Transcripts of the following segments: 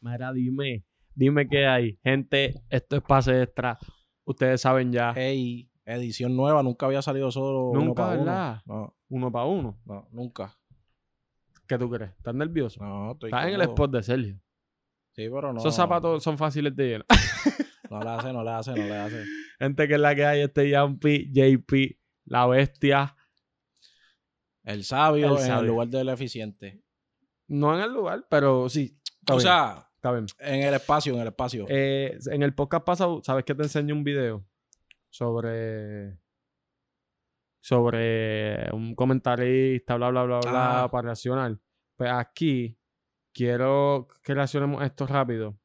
Mira, dime, dime qué hay. Gente, esto es pase extra. Ustedes saben ya. Hey, edición nueva, nunca había salido solo. Eh, uno Ah. Nunca, pa' uno. ¿verdad? No, Uno para uno. no, nunca. ¿Qué tú crees? ¿Estás nervioso? No, estoy. Estás en el cómodo. spot de Sergio. Sí, pero no. Esos zapatos son fáciles de llenar. No le hace, no le hace, no le hace. Gente, que es la que hay. Este Yampi, JP, la bestia. El sabio El en sabio. el lugar del eficiente. No en el lugar, pero sí. Está o bien, sea, está bien. en el espacio, en el espacio. Eh, en el podcast pasado, ¿sabes que te enseñé un video? Sobre. Sobre un comentarista, bla, bla, bla, bla, Ah. para reaccionar. Pues aquí quiero que reaccionemos a esto rápido.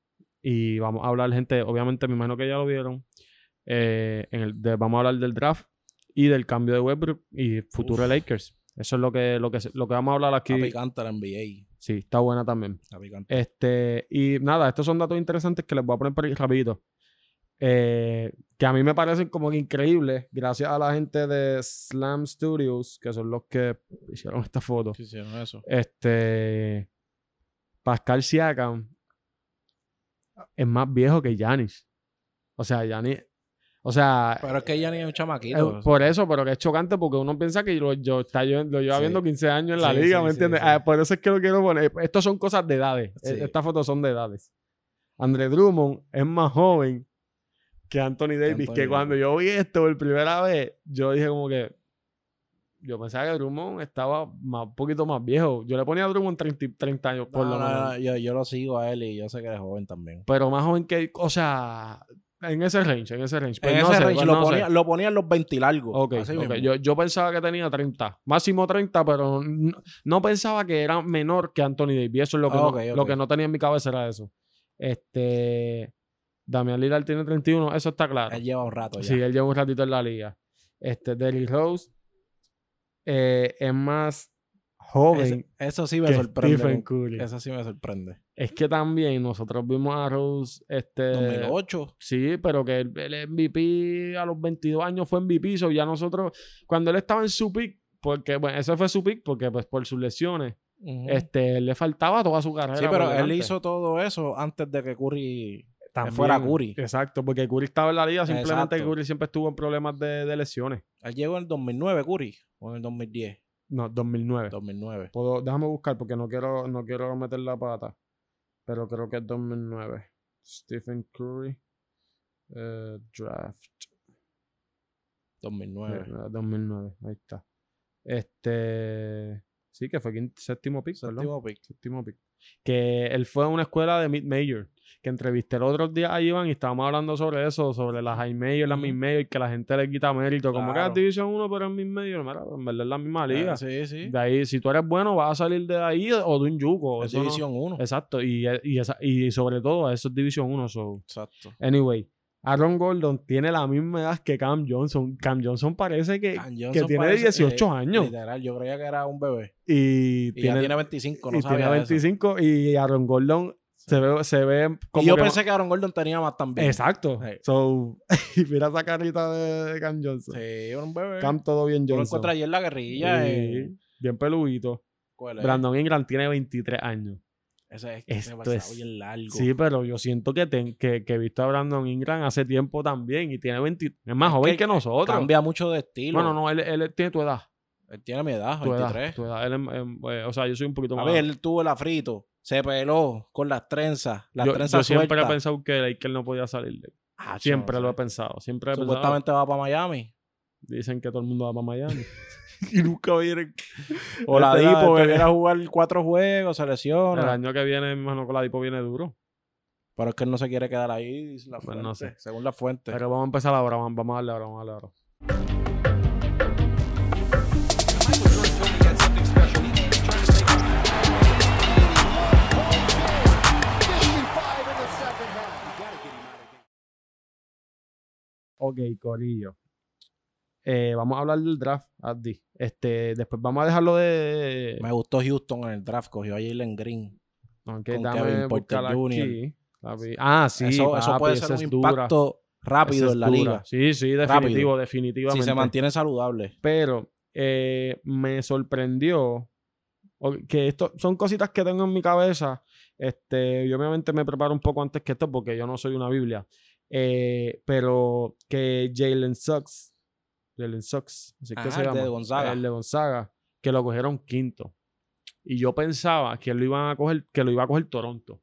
Y vamos a hablar, gente. Obviamente, me imagino que ya lo vieron. Eh, en el de- vamos a hablar del draft y del cambio de Westbrook y futuro de Lakers. Eso es lo que, lo que, lo que vamos a hablar aquí. Está picante la NBA. Sí, está buena también. Está picante. Este, y nada, estos son datos interesantes que les voy a poner por ahí rapidito. Eh, que a mí me parecen como que increíbles, gracias a la gente de Slam Studios, que son los que hicieron esta foto. ¿Qué hicieron eso? Este, Pascal Siakam es más viejo que Yanis. O sea, Yanis, o sea, Pero es que ya ni es un eh, chamaquito. por eso, pero que es chocante porque uno piensa que lo, yo, está, yo, lo lleva Sí. viendo 15 años en la Sí, liga, sí, ¿me sí, entiendes? sí. Ah, por eso es que lo quiero poner. Eh, Estos son cosas de edades. Sí. Eh, Estas fotos son de edades. André Drummond es más joven que Anthony Davis, Anthony que Davis. cuando yo vi esto por primera vez, yo dije como que... Yo pensaba que Drummond estaba más- un poquito más viejo. Yo le ponía a Drummond 30, y- 30 años, por No, lo no, menos. Eh, no, yo, yo lo sigo a él y yo sé que él es joven también. Pero más joven que... O sea, en ese range, en ese range. Pues en no ese sé, range pues lo, no sé. ponía, lo ponía en los 20 y largos. Ok, así ok. mismo. Yo, yo pensaba que tenía 30, máximo 30, pero no, no pensaba que era menor que Anthony Davis. Eso es lo que, Ah, no, ok, ok. lo que no tenía en mi cabeza era eso. Este, Damián Lillard tiene 31, eso está claro. Él lleva un rato ya. sí, él lleva un ratito en la liga. Este, Derrick Rose eh, es más joven Ese- eso sí me que sorprende. Stephen con- Curry. Eso sí me sorprende. Es que también nosotros vimos a Rose, este, 2008. Sí, pero que el, el MVP a los 22 años fue MVP, so ya nosotros, cuando él estaba en su pick, porque, bueno, ese fue su pick porque, pues, por sus lesiones, Ujú. este, le faltaba toda su carrera. sí, por pero él delante. hizo todo eso antes de que Curry También. fuera Curry. Exacto, porque Curry estaba en la liga, simplemente Exacto. Curry siempre estuvo en problemas de, de lesiones. Él llegó en el 2009, Curry, o en el 2010, No, 2009. 2009. Puedo- déjame buscar porque no quiero, no quiero meter la pata, pero creo que es 2009. Stephen Curry, eh, draft. 2009. Eh, 2009, ahí está. Este. Sí, que fue quinto- séptimo pick, perdón. Séptimo pick. Séptimo pick. Que él fue a una escuela de mid-major. Que entrevisté el otro día a Iván y estábamos hablando sobre eso, sobre las high major, las Ujú. mid-major, que la gente le quita mérito. Como que Claro. es Division 1, pero es mid-major. Mira, en verdad es la misma liga. Ah, sí, sí. De ahí, si tú eres bueno, vas a salir de ahí o de un yugo. Es eso no- División 1. Exacto. Y, y, esa- y sobre todo, eso es División 1. So. Exacto. Anyway, Aaron Gordon tiene la misma edad que Cam Johnson. Cam Johnson parece que, Cam Eh, que Johnson tiene parece- 18 eh, años Literal, yo creía que era un bebé. y, Y tiene, ya tiene 25, no y tiene sabía 25 y Aaron Gordon se ve, se ve eso. como Y yo que pensé que Aaron Gordon tenía más no- también. Exacto. Sí. So, y mira esa carita de, de Cam Johnson. Sí, era un bebé. Cam todo bien Yo lo Johnson. encontré ayer en la guerrilla. Sí, eh, Bien peludito. ¿cuál es? Brandon Ingram tiene 23 años. Ese es Esto ese pasado es- bien largo. Sí, pero yo siento que, ten- que, que he visto a Brandon Ingram hace tiempo también y tiene 20. Es más Es joven que que nosotros. Cambia mucho de estilo. Bueno, no, él, él tiene tu edad. Él tiene mi edad, tu edad, 23. tu edad. Él es- em, eh, o sea, yo soy un poquito A más. ver, él tuvo el afrito, se peló con las trenzas, las yo, trenzas yo siempre he sueltas. pensado que Lakers no podía salir. de- Ah, chico, Siempre no lo he sé. pensado. Siempre he pensado. Supuestamente va para Miami. Dicen que todo el mundo va para Miami. y nunca vienen. O la Este era- Dipo, este que viene era- a jugar cuatro juegos, se lesiona. El año que viene, mi hermano Coladipo viene duro. Pero es que él no se quiere quedar ahí, dice la Pues fuente, no sé. según la fuente. Pero vamos a empezar ahora. Vamos, vamos a darle ahora. Vamos a darle ahora. Ok, Corillo. Eh, vamos a hablar del draft, Addi. Este, después vamos a dejarlo de. Me gustó Houston en el draft, cogió a Jalen Green. Ok, con dame Kevin Porter buscarla Jr.. aquí, papi. Ah, sí. eso, eso papi, puede esa ser un es dura. impacto Esa rápido es en la dura. liga. Sí, sí, definitivo, definitivamente. Si se mantiene saludable. Pero eh, me sorprendió o- que esto son cositas que tengo en mi cabeza Este, yo obviamente me preparo un poco antes que esto porque yo no soy una Biblia. Eh, pero que Jalen Sucks, Jalen Sucks, así que Ajá, se el llama. de Gonzaga. El de Gonzaga, que lo cogieron quinto. Y yo pensaba que lo iban a coger, que lo iba a coger Toronto.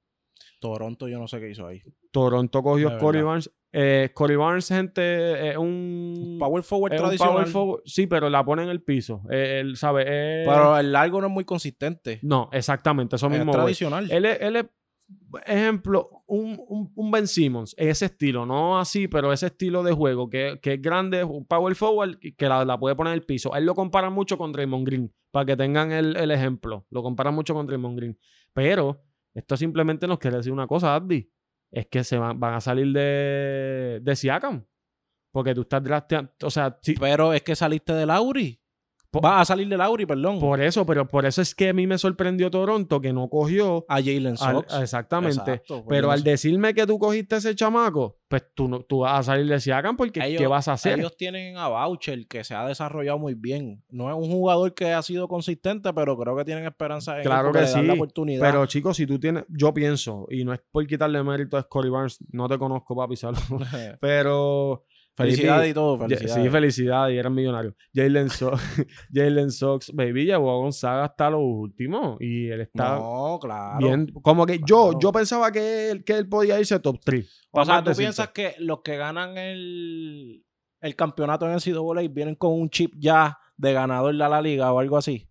Toronto, yo no sé qué hizo ahí. Toronto cogió De a verdad. Corey Barnes. Eh, Corey Barnes, gente, es un, Power forward es un pues, tradicional. power forward. Sí, pero la pone en el piso. Eh, él, sabe, eh, Pero el largo no es muy consistente. no, exactamente, eso Es mismo. voy. tradicional. Él es, él es, ejemplo, un, un, un Ben Simmons, ese estilo, no así, pero ese estilo de juego que, que es grande, un power forward y que la, la puede poner en el piso. A Él lo compara mucho con Draymond Green, para que tengan el, el ejemplo. Lo compara mucho con Draymond Green. Pero esto simplemente nos quiere decir una cosa, Addi. Es que se van, van a salir de, de Siakam. Porque tú estás drafteando. O sea, si- Pero es que saliste de Lauri. Po- Vas a salir de Lauri, perdón. por eso, pero por eso es que a mí me sorprendió Toronto que no cogió. a Jalen al- Sox. pues, exactamente. Pero al decirme que tú cogiste a ese chamaco, pues tú, no, tú vas a salir de Siakam porque ¿qué Ellos- vas a hacer? Ellos tienen a Boucher que se ha desarrollado muy bien. No es un jugador que ha sido consistente, pero creo que tienen esperanza en él Claro porque que le dan la sí, oportunidad. Pero chicos, si tú tienes, yo pienso, y no es por quitarle mérito a Scottie Barnes, no te conozco, papi, saludos. Pero felicidades y todo, ye- felicidades. sí, felicidad, y eran millonarios. Jalen Sox, Jalen Sox, baby, llevó a Gonzaga hasta lo último y él está no, claro. bien. Como que yo, Claro. yo pensaba que él, que él podía irse top 3. o sea, tú piensas que los que ganan el, el campeonato en el CWA vienen con un chip ya de ganador de la liga o algo así.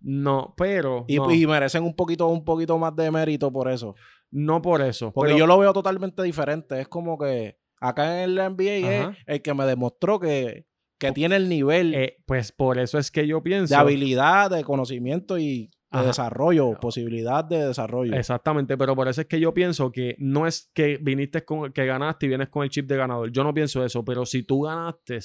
No, pero Y, pues, no, y merecen un poquito, un poquito más de mérito por eso. no por eso. Porque pero- yo lo veo totalmente diferente. Es como que acá en el NBA Ajá. es el que me demostró que, que tiene el nivel Eh, pues por eso es que yo de pienso. habilidad, de conocimiento y de Ajá. desarrollo, posibilidad de desarrollo. Exactamente, pero por eso es que yo pienso que no es que viniste con que ganaste y vienes con el chip de ganador. Yo no pienso eso, pero si tú ganaste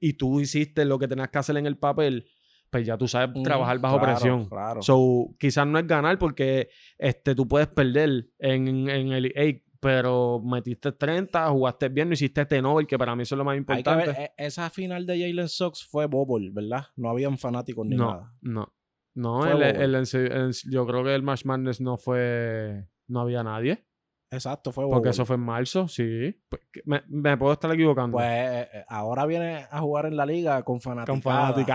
y tú hiciste lo que tenías que hacer en el papel, pues ya tú sabes Mm, trabajar bajo claro, presión. Claro. So, quizás no es ganar porque este, tú puedes perder en, en el EA, pero metiste 30, jugaste bien, no hiciste tenover, que para mí eso es lo más Hay que importante. ver, e- esa final de Jalen Sox fue Bobble, ¿verdad? No habían fanáticos ni No, nada. no. No, Fue el- Bobo. el- el- el- yo creo que el March Madness no fue. No había nadie. Exacto, fue Porque Bobble. eso fue en marzo, sí. Pues, que- Me, me puedo estar equivocando. Pues eh, eh, ahora viene a jugar en la liga con fanáticos. Con fanática.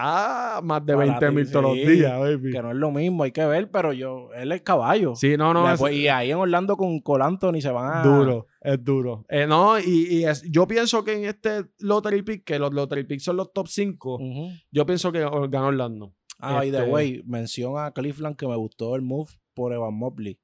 ah, más de 20 mil Fanati- todos los sí. días, baby. Que no es lo mismo, hay que ver, pero yo, él es caballo. Sí, no, no. es- Después- y ahí en Orlando con Cole Anthony se van a... Duro, es duro. Eh, no, y, y es- yo pienso que en este lottery pick, que los lottery picks son los top 5, Ujú. yo pienso que or- ganó Orlando. Ah, y de Este- way, mención a Cleveland que me gustó el move por Evan Mobley.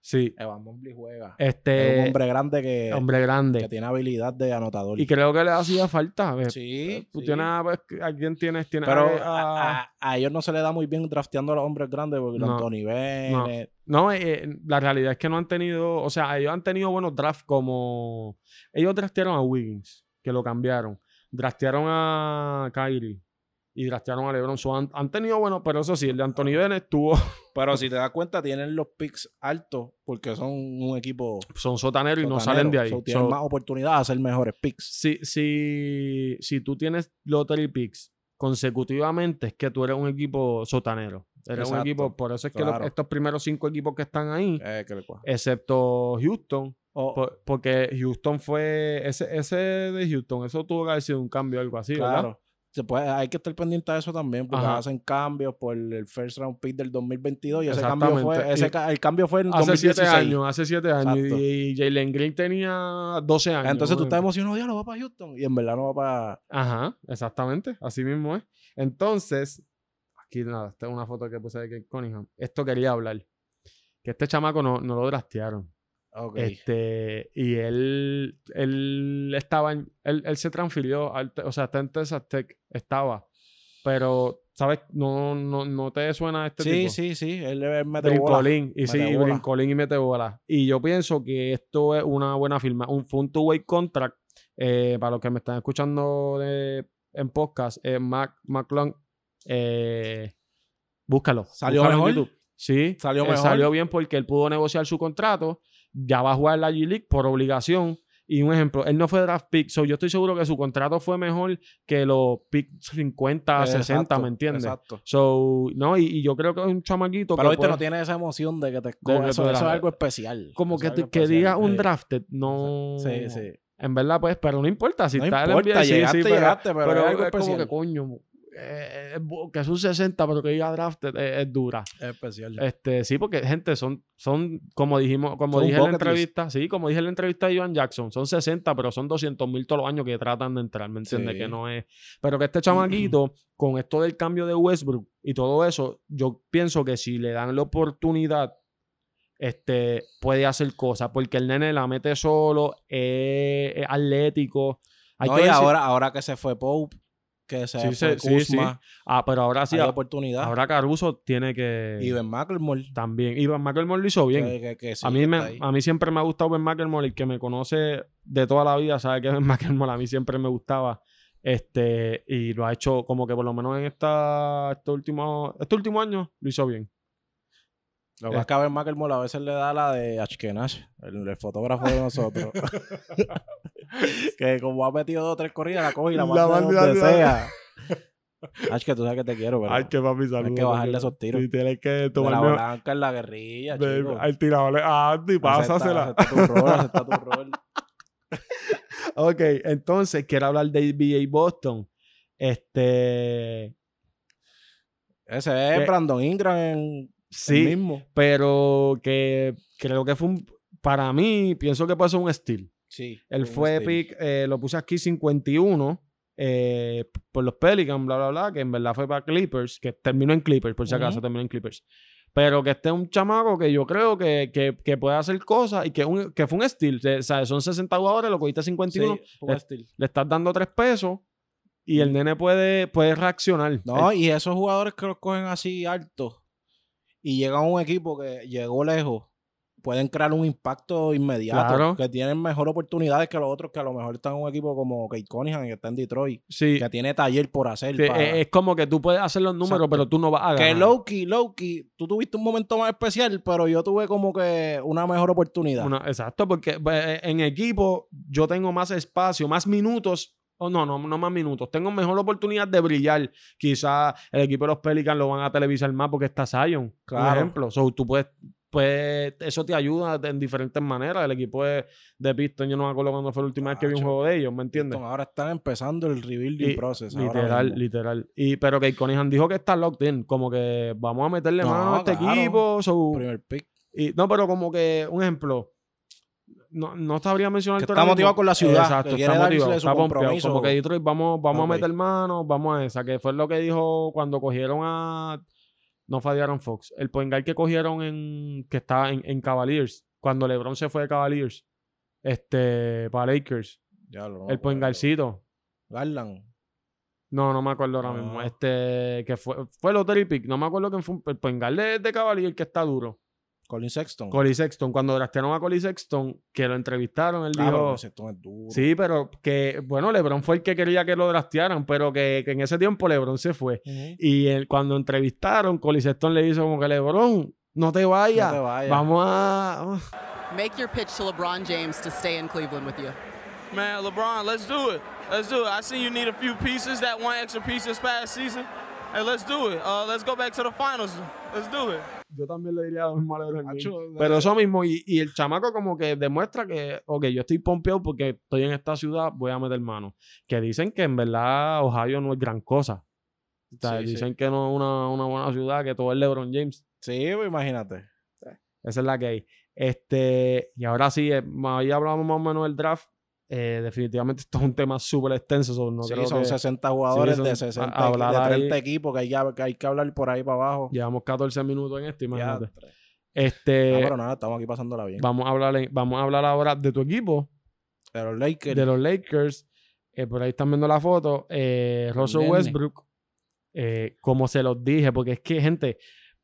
Sí. Evan Mobley juega. es Este. un Hombre, hombre grande que, grande. que tiene habilidad de anotador. Y creo que le hacía falta. eh, sí, Tú sí. tienes a, pues, ¿a quién tienes, tienes Pero ah, a- a, a- a ellos no se le da muy bien drafteando a los hombres grandes porque No, Anthony Bennett... No, eh, eh, la realidad es que no han tenido, o sea, ellos han tenido buenos drafts como ellos draftearon a Wiggins, que lo cambiaron, draftearon a Kyrie y draftearon a LeBron. So, han, han tenido buenos, pero eso sí, el de Anthony Bennett tuvo Pero si te das cuenta, tienen los picks altos porque son un equipo... son sotaneros y no sotanero. salen de ahí. So, tienen So, más oportunidad de hacer mejores picks. si, si, si tú tienes lottery picks consecutivamente, es que tú eres un equipo sotanero. Eres un Exacto, equipo, por eso es que los- claro. estos primeros cinco equipos que están ahí, Eh, que le cua- excepto Houston, O- Por- porque Houston fue. Ese, ese de Houston, eso tuvo que haber sido un cambio o algo así, ¿verdad? claro. Se puede- hay que estar pendiente de eso también porque Ajá. hacen cambios por el first round pick del 2022 y ese cambio Exactamente. fue... Y- ese ca- el cambio fue en Hace 2016. siete años, hace siete años. Exacto. Y, y Jalen Green tenía 12 años. Entonces tú ¿no? estás emocionado, diablo, va para Houston. Y en verdad no va para. Ajá, exactamente. Así mismo es. Entonces, aquí nada, esta es una foto que puse de Kate Cunningham. Esto quería hablar. Que este chamaco no, no lo drastearon. Ok. Este, y él, él estaba en- él, él se transfirió, al, te- o sea, está en Texas Tech, estaba. Pero, ¿sabes? No, no, no te suena este sí, tipo. sí, sí. Él es meteorológico. Brincolín, y sí, Metebola. Brincolín y Metebola. Y yo pienso que esto es una buena firma. Un, fue un two-way contract. eh, para los que me están escuchando de- en podcast, eh, Mac McClung, eh, búscalo. ¿Salió búscalo en mejor? YouTube. Sí, ¿Salió eh, mejor? salió bien porque él pudo negociar su contrato. Ya va a jugar la G-League por obligación. Y un ejemplo, él no fue draft pick, so yo estoy seguro que su contrato fue mejor que los pick 50, 60, Exacto, Ah, ¿me entiendes? Exacto. So, no, y, y yo creo que es un chamaquito Pero que viste, puede- no tiene esa emoción de que te que escogen. Eso, te eso es la- algo especial. como Eso que, es te- algo que especial. diga un Sí. drafted, no. Sí, sí. En verdad, pues, pero no importa si no está en el importa, NBA, sí, sí, llegaste, pero- llegaste, pero, pero, es algo es como especial. que coño. eh, es bu- que es un 60, pero que diga drafted eh, es, es dura. especial. Este, sí, porque, gente, son, son como dijimos, como Son un dije en la bucket entrevista, sí, como dije en la entrevista de Ivan Jackson, son 60, pero son 200 mil todos los años que tratan de entrar, ¿me entiendes? Sí. Que no es. Pero que este chamaquito, con esto del cambio de Westbrook y todo eso, yo pienso que si le dan la oportunidad, este, puede hacer cosas, porque el nene la mete solo, es, es atlético. Hay No, que y ver si- ahora, ahora que se fue Pope, que se Sí, fue se- sí, sí. Kuzma, Ah, pero ahora sí, hay a- oportunidad. ahora Caruso tiene que. y Ben McLemore. También. Ivan McElmore lo hizo bien. que- que- que sí, a, que mí me- está ahí. a mí siempre me ha gustado Ben McElmore. El que me conoce de toda la vida sabe que Ben McElmore a mí siempre me gustaba. Este, y lo ha hecho como que por lo menos en esta, este, último, este último año lo hizo bien. Lo que pasa es que a Ben McLemore a veces le da la de Ashkenash, el, el fotógrafo de nosotros. que como ha metido dos o tres corridas, la coge y la La manda manda y la- donde sea. Ash, que tú sabes que te quiero, pero Ay, que papi, hay saludos, que porque- bajarle esos tiros. Sí, tienes que De la tomarme blanca en la guerrilla, de- chico. al tirador. Ah, y Acepta- pásasela. acepta tu rol, acepta tu rol. Ok, entonces quiero hablar de NBA Boston. Este. Ese es Que- Brandon Ingram en Sí. el mismo. pero que creo que fue un, para mí, pienso que puede ser un steal. Sí. Él fue pick, eh, lo puse aquí 51 eh, por los Pelicans, bla, bla, bla, que en verdad fue para Clippers, que terminó en Clippers, por si Ujú. acaso, terminó en Clippers. Pero que este es un chamaco que yo creo que, que, que puede hacer cosas y que, un- que fue un steal. eh, O sea, son 60 jugadores, lo cogiste 51, fue steal. le estás dando 3 pesos y el nene puede, puede reaccionar. Mm. Eh, No, y esos jugadores que los cogen así altos y llegan a un equipo que llegó lejos, pueden crear un impacto inmediato. Claro. Que tienen mejor oportunidades que los otros, que a lo mejor están en un equipo como Kate Cunningham, que está en Detroit, Sí, eh, que tiene taller por hacer. que para- es, es como que tú puedes hacer los números, Exacto. pero tú no vas a ganar. que Loki, Loki, tú tuviste un momento más especial, pero yo tuve como que una mejor oportunidad. Una- exacto, porque pues, en equipo yo tengo más espacio, más minutos. O no, no, no más minutos. Tengo mejor oportunidad de brillar. Quizás el equipo de los Pelicans lo van a televisar más porque está Zion, por Claro. ejemplo. So, tú puedes, pues, eso te ayuda en diferentes maneras. El equipo de, de Piston, yo no me acuerdo cuándo fue la última vez que vi un Tacho. juego de ellos, ¿me entiendes? Ahora están empezando el rebuilding Y- process. ahora Literal, mismo. literal. Y, pero que Cunningham dijo que está locked in. Como que vamos a meterle No, mano a este claro. equipo. so, Primer pick. y, no, pero como que, un ejemplo, no, no sabría mencionar Que todo está ahora motivado mismo. con la ciudad, Exacto, que quiere está darle motivado, su está pompeado. compromiso. Como que Detroit, vamos, vamos Ok. a meter manos, vamos a esa, que fue lo que dijo cuando cogieron a. No fue a De'Aaron Fox, el point guard que cogieron en. que está en, en Cavaliers, cuando LeBron se fue de Cavaliers, este, para Lakers, Ya lo- el point guardcito. Garland. No, no me acuerdo ahora No. mismo. Este, que fue, fue Lottery Pick. No me acuerdo quién fue un- el point guard de, de Cavaliers que está duro. Colin Sexton. Collie Sexton, cuando draftearon a Collie Sexton, que lo entrevistaron, él Ah, pero dijo. Colin Sexton es duro. Sí, pero que, bueno, LeBron fue el que quería que lo draftearan, pero que, que en ese tiempo LeBron se fue. Ujú. Y él, cuando entrevistaron, Collie Sexton le hizo como que LeBron, no te vayas. No te vayas. Vamos a. Make your pitch to LeBron James to stay in Cleveland with you. Man, LeBron, let's do it. Let's do it. I see you need a few pieces, that one extra piece this past season. Hey, let's do it. Uh, let's go back to the finals. Let's do it. Yo también le diría lo mismo a LeBron. James. Acho, Pero eso mismo, y, y el chamaco como que demuestra que, ok, yo estoy pompeado porque estoy en esta ciudad, voy a meter mano. Que dicen que en verdad Ohio no es gran cosa. O sea, Sí, sí. dicen que no es una, una buena ciudad, que todo es LeBron James. Sí, pues, imagínate. Esa es la que hay. Este, y ahora sí, eh, ahí hablamos más o menos del draft. Eh, definitivamente esto es un tema súper extenso. so no sí, creo son que 60 jugadores son- de 60 a- hablar de ahí- 30 equipos que hay, ya- que hay que hablar por ahí para abajo. llevamos 14 minutos en esto, imagínate. Ya, tres. Ah, Este, pero nada, estamos aquí pasándola bien. vamos, a hablar, en- vamos a hablar ahora de tu equipo, De los Lakers. de los Lakers. Eh, por ahí están viendo la foto. Eh, Russell nene. Westbrook, eh, como se los dije, porque es que, gente,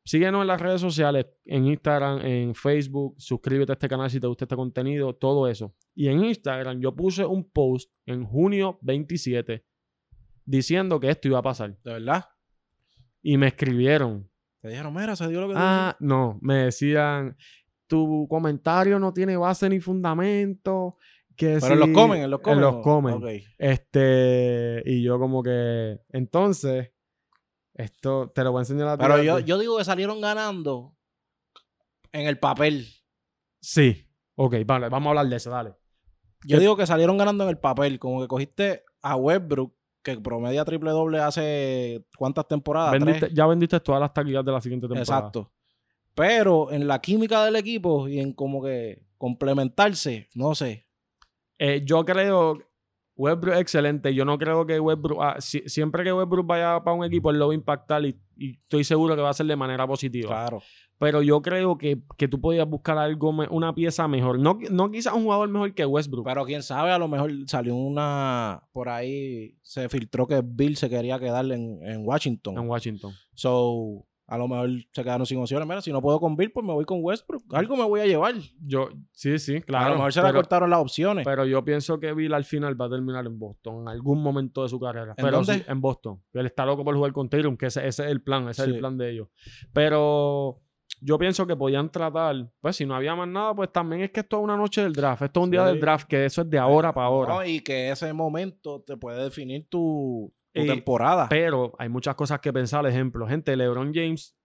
síguenos en las redes sociales, en Instagram, en Facebook, suscríbete a este canal si te gusta este contenido, todo eso. Y en Instagram yo puse un post en junio 27 diciendo que esto iba a pasar. De verdad. Y me escribieron, Te dijeron, mira, se dio lo que ah, no, me decían, tu comentario no tiene base ni fundamento, que Pero si- los comen, en los eh, comen. los ¿o? comen. Ok. Este, y yo como que, entonces, esto te lo voy a enseñar a ti. Pero yo, yo digo que salieron ganando en el papel. Sí, ok, vale, vamos a hablar de eso, dale. Yo ¿Qué? digo que salieron ganando en el papel. Como que cogiste a Westbrook, que promedia triple doble hace cuántas temporadas. Vendiste- Ah, Tres. ya vendiste todas las taquillas de la siguiente temporada. Exacto. Pero en la química del equipo y en como que complementarse, no sé. Eh, yo creo Westbrook es excelente. Yo no creo que Westbrook ah, si- siempre que Westbrook vaya para un equipo él lo va a impactar y, y estoy seguro que va a ser de manera positiva. Claro. Pero yo creo que, que tú podías buscar algo me- una pieza mejor. No, no quizás un jugador mejor que Westbrook. Pero quién sabe, a lo mejor salió una. Por ahí se filtró que Bill se quería quedar en, en Washington. en Washington. So, a lo mejor se quedaron sin opciones. Mira, si no puedo con Bill, pues me voy con Westbrook. Algo me voy a llevar. Yo, sí, sí, claro. a lo mejor se le pero, cortaron las opciones. pero yo pienso que Bill al final va a terminar en Boston en algún momento de su carrera. ¿En pero dónde? sí, en Boston. Él está loco por jugar con Tatum, que ese, ese es el plan, ese es el Sí. plan de ellos. Pero yo pienso que podían tratar, pues si no había más nada, pues también es que esto es una noche del draft, esto es un día Sí. del draft, que eso es de ahora para ahora. No, y que ese momento te puede definir tu, tu Y- temporada. Pero hay muchas cosas que pensar. Ejemplo, gente, LeBron James,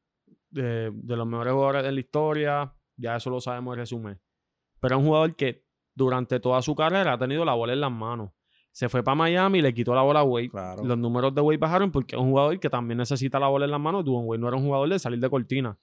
de, de los mejores jugadores de la historia, ya eso lo sabemos en resumen. Pero es un jugador que durante toda su carrera ha tenido la bola en las manos. Se fue para Miami y le quitó la bola a Wade. Claro. Los números de Wade bajaron porque es un jugador que también necesita la bola en las manos. Dwayne Wade no era un jugador de salir de cortina.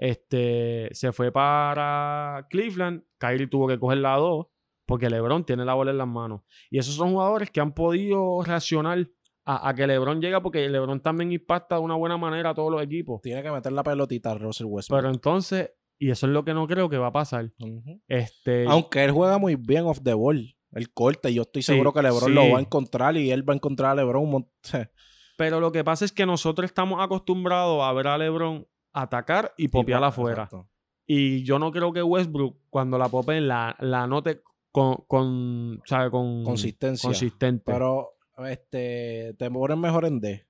Este, se fue para Cleveland. Kyrie tuvo que coger la 2 porque LeBron tiene la bola en las manos. Y esos son jugadores que han podido reaccionar a, a que LeBron llega porque LeBron también impacta de una buena manera a todos los equipos. Tiene que meter la pelotita a Russell Westbrook. Pero entonces, y eso es lo que no creo que va a pasar. Ujú. Este, Aunque él juega muy bien off the ball. Él corta y yo estoy Sí, seguro que LeBron lo sí. va a encontrar y él va a encontrar a LeBron un montón. Pero lo que pasa es que nosotros estamos acostumbrados a ver a LeBron atacar y popear afuera. Exacto. Y yo no creo que Westbrook, cuando la popen, la, la note con, con, o sea, con Consistencia. consistente. Pero este, te ponen mejor en D.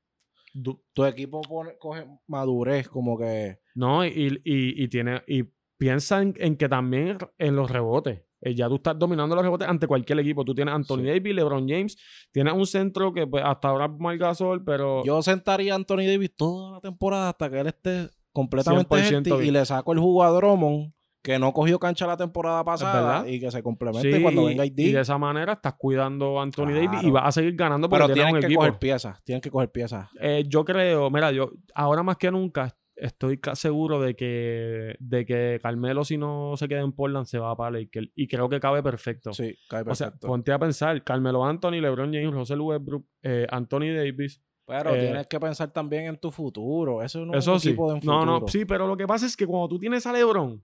Du- Tu equipo pone- coge madurez, como que. no, y, y- y tiene, y piensa en, en que también en los rebotes. Eh, ya tú estás dominando los rebotes ante cualquier equipo. Tú tienes Anthony Sí. Davis, LeBron James. Tienes un centro que pues, hasta ahora es Marc Gasol, pero Yo sentaría a Anthony Davis toda la temporada hasta que él esté completamente 100% healthy y bien. le saco el jugo a Drummond, que no cogió cancha la temporada verdad. pasada y que se complemente sí, cuando y- venga y de ID. esa manera estás cuidando a Anthony Davis y Claro. vas a seguir ganando porque Pero tienes tienen un que equipo. coger piezas, tienen que coger piezas. Eh, yo creo, mira, yo ahora más que nunca estoy ca- seguro de que, de que Carmelo, si no se queda en Portland, se va para Lakers. Y creo que cabe perfecto. Sí, cae O sea, perfecto. ponte a pensar, Carmelo Anthony, LeBron James, Russell Westbrook, eh, Anthony Davis. Pero eh, tienes que pensar también en tu futuro. Eso no es un Eso sí. equipo de un No, futuro. no, sí, pero lo que pasa es que cuando tú tienes a LeBron,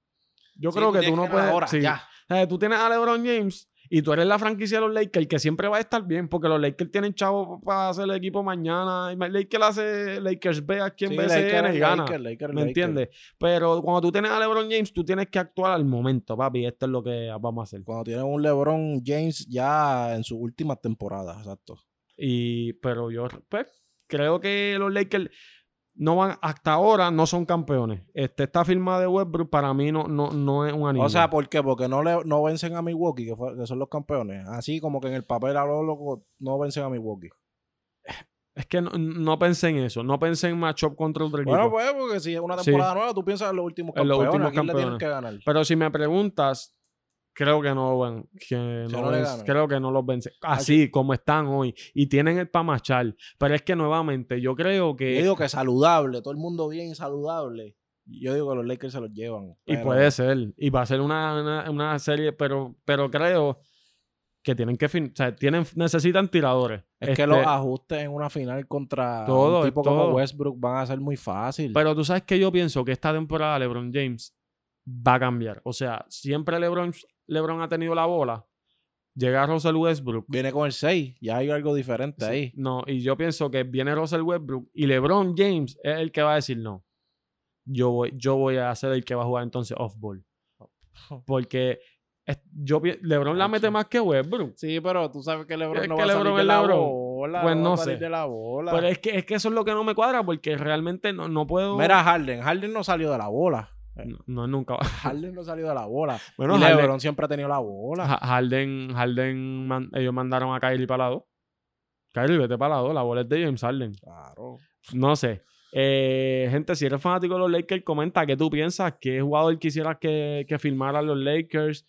yo Sí, creo que tú tienes no ganar puedes... Ahora, sí. ya. O sea, tú tienes a LeBron James y tú eres la franquicia de los Lakers que siempre va a estar bien porque los Lakers tienen chavo para hacer el equipo mañana. Y Lakers hace Lakers ve a quien Sí, ve Lakers, y gana. Lakers, Lakers, ¿Me Lakers. entiendes? Pero cuando tú tienes a LeBron James, tú tienes que actuar al momento, papi. Esto es lo que vamos a hacer. Cuando tienes un LeBron James ya en sus últimas temporadas, exacto. Y, pero yo pues, creo que los Lakers no van, hasta ahora no son campeones. Este, esta firma de Westbrook para mí no, no, no es un anillo. O sea, pues ¿por qué? Porque no, le, no vencen a Milwaukee, que, fue- que son los campeones. Así como que en el papel a lo loco no vencen a Milwaukee. es que no, no pensé en eso. No pensé en matchup contra otro equipo. Bueno, pues, porque si es una Sí. temporada nueva, tú piensas en los últimos En los campeones. últimos ¿A quién le tienen campeones. que ganar? Pero si me preguntas, creo que no, van- que Que no no le ven- ganan. creo que no los vence. Así como están hoy. Y tienen el pamachal. Pero es que nuevamente, yo creo Yo que. digo que saludable, todo el mundo bien saludable. Yo digo que los Lakers se los llevan. Y pero- puede ser. Y va a ser una, una- una serie, pero, pero creo que tienen que fin- o sea, tienen, necesitan tiradores. Es Este, que los ajustes en una final contra Todo, un tipo todo. como Westbrook van a ser muy fácil. Pero tú sabes que yo pienso que esta temporada LeBron James va a cambiar. O sea, siempre LeBron, LeBron ha tenido la bola. Llega Russell Westbrook. Viene con el 6, ya hay algo diferente Sí, ahí. No, y yo pienso que viene Russell Westbrook y LeBron James es el que va a decir no. Yo voy, yo voy a ser el que va a jugar entonces off-ball. Oh. Porque es- yo, pi- LeBron la Ocho. mete más que Westbrook. Sí, pero tú sabes que LeBron Es no que va a salir LeBron de es la LeBron. bola. Pues va a no salir sé. de la bola. Pues Pero es que, es que eso es lo que no me cuadra porque realmente no, no puedo... Mira a Harden. Harden no salió de la bola. No, no, nunca. va- Harden no salió de la bola. Bueno, y Harden- LeBron siempre ha tenido la bola. Ja- Harden, Harden man- ellos mandaron a Kyrie para la 2. Kyrie, vete para la 2. La bola es de James Harden. Claro. No sé. Eh, gente, si eres fanático de los Lakers, comenta qué tú piensas, qué jugador quisieras que, que firmaran los Lakers.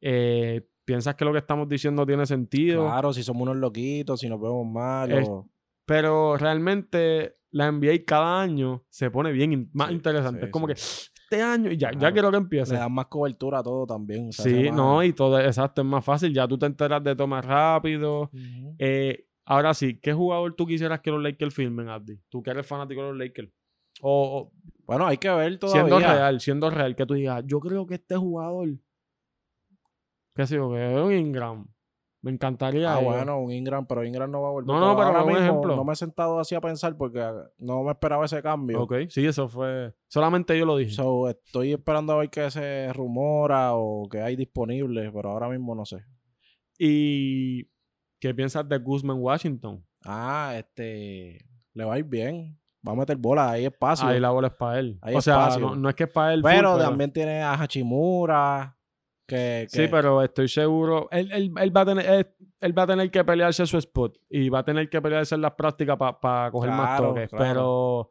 Eh, ¿Piensas que lo que estamos diciendo tiene sentido? Claro, si somos unos loquitos, si nos vemos mal. Es- o- Pero realmente la NBA cada año se pone bien in- más Sí, interesante. sí, es como sí. que este año, y ya, ya Claro. quiero que le empiece. dan más cobertura a todo también. se hace Sí, más- no, y todo, exacto, es más fácil. Ya tú te enteras de todo más rápido. Ujú. Eh, ahora sí, ¿qué jugador tú quisieras que los Lakers firmen, Abdi? Tú que eres fanático de los Lakers. O, Bueno, hay que ver o todavía. siendo real, siendo real, que tú digas, yo creo que este jugador, qué sé yo, que es un Ingram. Me encantaría. Ah, ir. bueno, un Ingram, pero Ingram no va a volver. No, no, pero ahora un mismo ejemplo. no me he sentado así a pensar porque ah, no me esperaba ese cambio. Ok, sí, eso fue. Solamente yo lo dije. So, estoy esperando a ver qué se rumora o qué hay disponible, pero ahora mismo no sé. ¿Y qué piensas de Guzmán Washington? Ah, este. Le va a ir bien. Va a meter bola, ahí espacio. Ahí la bola es para él. Hay o sea, espacio. no, no es que es para él. full, pero también tiene a Hachimura. Que, Sí, que- pero estoy seguro. Él, él- él va a tener, él, él va a tener que pelearse su spot y va a tener que pelearse en las prácticas para coger más Claro, toques. claro. Pero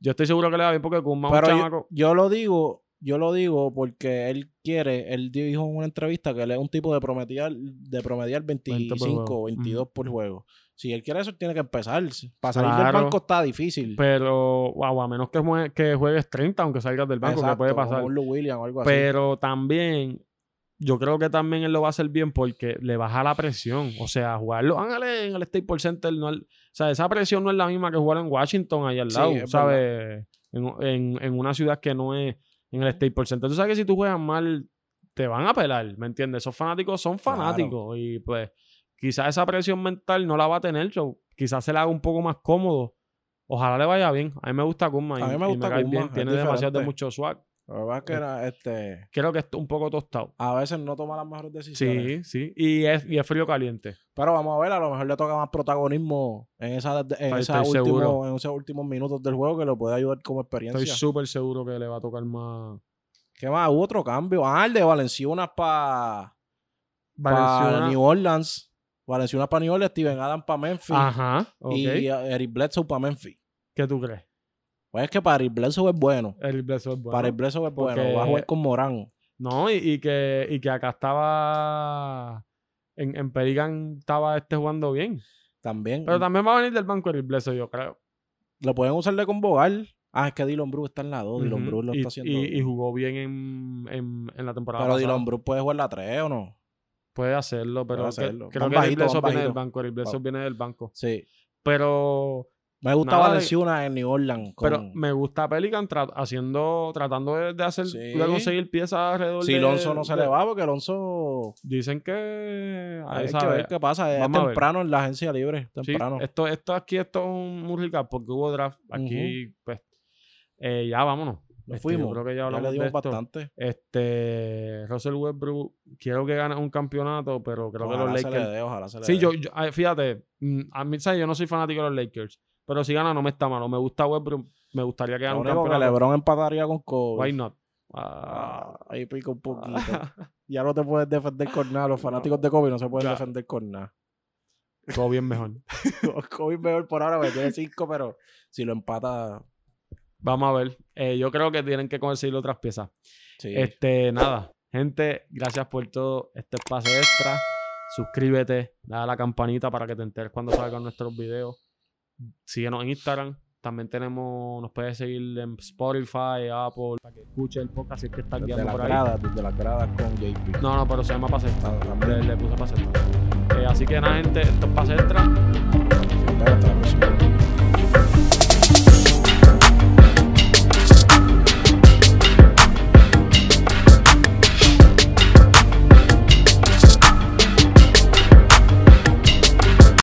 yo estoy seguro que le va bien porque Kuzma es un Pero yo, chamaco. yo lo digo, yo lo digo porque él quiere, él dijo en una entrevista que él es un tipo de promediar, de promediar 20 por 25 juego. 22 por juego. Si él quiere eso, tiene que empezar. Para salir del Claro. banco está difícil. Pero, wow, a menos que, mue- que juegues 30, aunque salgas del banco, que Exacto, puede pasar. Como un Lou Williams o algo así. Pero también, yo creo que también él lo va a hacer bien porque le baja la presión. O sea, jugar en Los Ángeles en el Staples Center, no es- o sea, esa presión no es la misma que jugar en Washington, ahí al Sí, lado, es ¿sabes? En, en- en una ciudad que no es en el Staples Center. Tú sabes que si tú juegas mal, te van a pelar, ¿me entiendes? Esos fanáticos son Claro. fanáticos y pues quizás esa presión mental no la va a tener, so, quizás se la haga un poco más cómodo. Ojalá le vaya bien. A mí me gusta Kuma. A mí me gusta Kuzma, es Tiene demasiado de diferente. mucho swag. La verdad eh. es que era, este, Creo que está un poco tostado. a veces no toma las mejores decisiones. Sí, sí. Y es, y es frío caliente. Pero vamos a ver, a lo mejor le toca más protagonismo en, esa, en, Estoy- esa estoy seguro. último, en esos últimos minutos del juego que lo puede ayudar como experiencia. Estoy súper seguro que le va a tocar más. ¿Qué más? Hubo otro cambio. Ah, el de Valenciunas para Valenciana. New Orleans. Valenciunas para New Orleans, Steven Adams para Memphis. Ajá. Ah, Ok. Y uh, Eric Bledsoe para Memphis. ¿Qué tú crees? Pues es que para Eric Bledsoe es bueno. El Bledsoe es bueno. para Eric Bledsoe es porque- bueno. Va a jugar con Morán. No, y, y que, y que acá estaba. En, en Pelican estaba este jugando bien. También. Pero también va a venir del banco el Bledsoe, yo creo. Lo pueden usar de convocar. Ah, es que Dylan Brooks está en la 2. Dylan Ujú. Brooks lo y, está haciendo. y- bien. y jugó bien en, en- en la temporada. pero pasada. Dylan Brooks puede jugar la 3 o no. Puede hacerlo, pero Puede que- hacerlo. creo Van que el bajito, van Bledsoe viene del bajito. banco. El Bledsoe Van- viene del banco. Sí. Pero Me gusta Nada de- Valenciunas en New Orleans. con- Pero me gusta Pelican tra- haciendo, tratando de, de hacer, Sí. de conseguir piezas alrededor si de- Lonzo no se de- le va, porque Lonzo. Dicen que... a Hay que esa ver vez- qué pasa. Es Vamos a ver. temprano en la agencia libre. Sí, Temprano. esto, esto aquí, esto es un un recap porque hubo draft. Aquí, pues, eh, ya vámonos. Nos Este, yo fuimos. creo que ya Ya hablamos le dimos de esto. bastante. Este, Russell Westbrook, quiero que gane un campeonato, pero creo Ojalá que los se le Lakers... dé, ojalá se le Sí, dé. yo, yo- ay, fíjate, mm, a mí, ¿sabes? Yo no soy fanático de los Lakers, pero si gana no me está malo. Me gusta Westbrook, me gustaría que Lo gane un único que campeonato. LeBron empataría con Why Kobe. not? Ah. Ah, ahí pica un poquito. ya no te puedes defender con nada. Los fanáticos de Kobe no se pueden Ya. defender con nada. Todo bien mejor. Kobe es mejor por ahora, porque tiene cinco, pero si lo empata. Vamos a ver. Eh, yo creo que tienen que conseguir otras piezas. Sí. Este, nada. Gente, gracias por todo este espacio extra. Suscríbete, dale a la campanita para que te enteres cuando salgan nuestros videos. Síguenos en Instagram. También tenemos, nos puedes seguir en Spotify, Apple, para que escuche el podcast si es que estás desde guiando las por ahí. gradas, desde las gradas con JP. No, no, pero se llama Pase Extra. Ah, Le, también. le puse Pase Extra. Eh, así que nada, gente, esto es Pase Extra.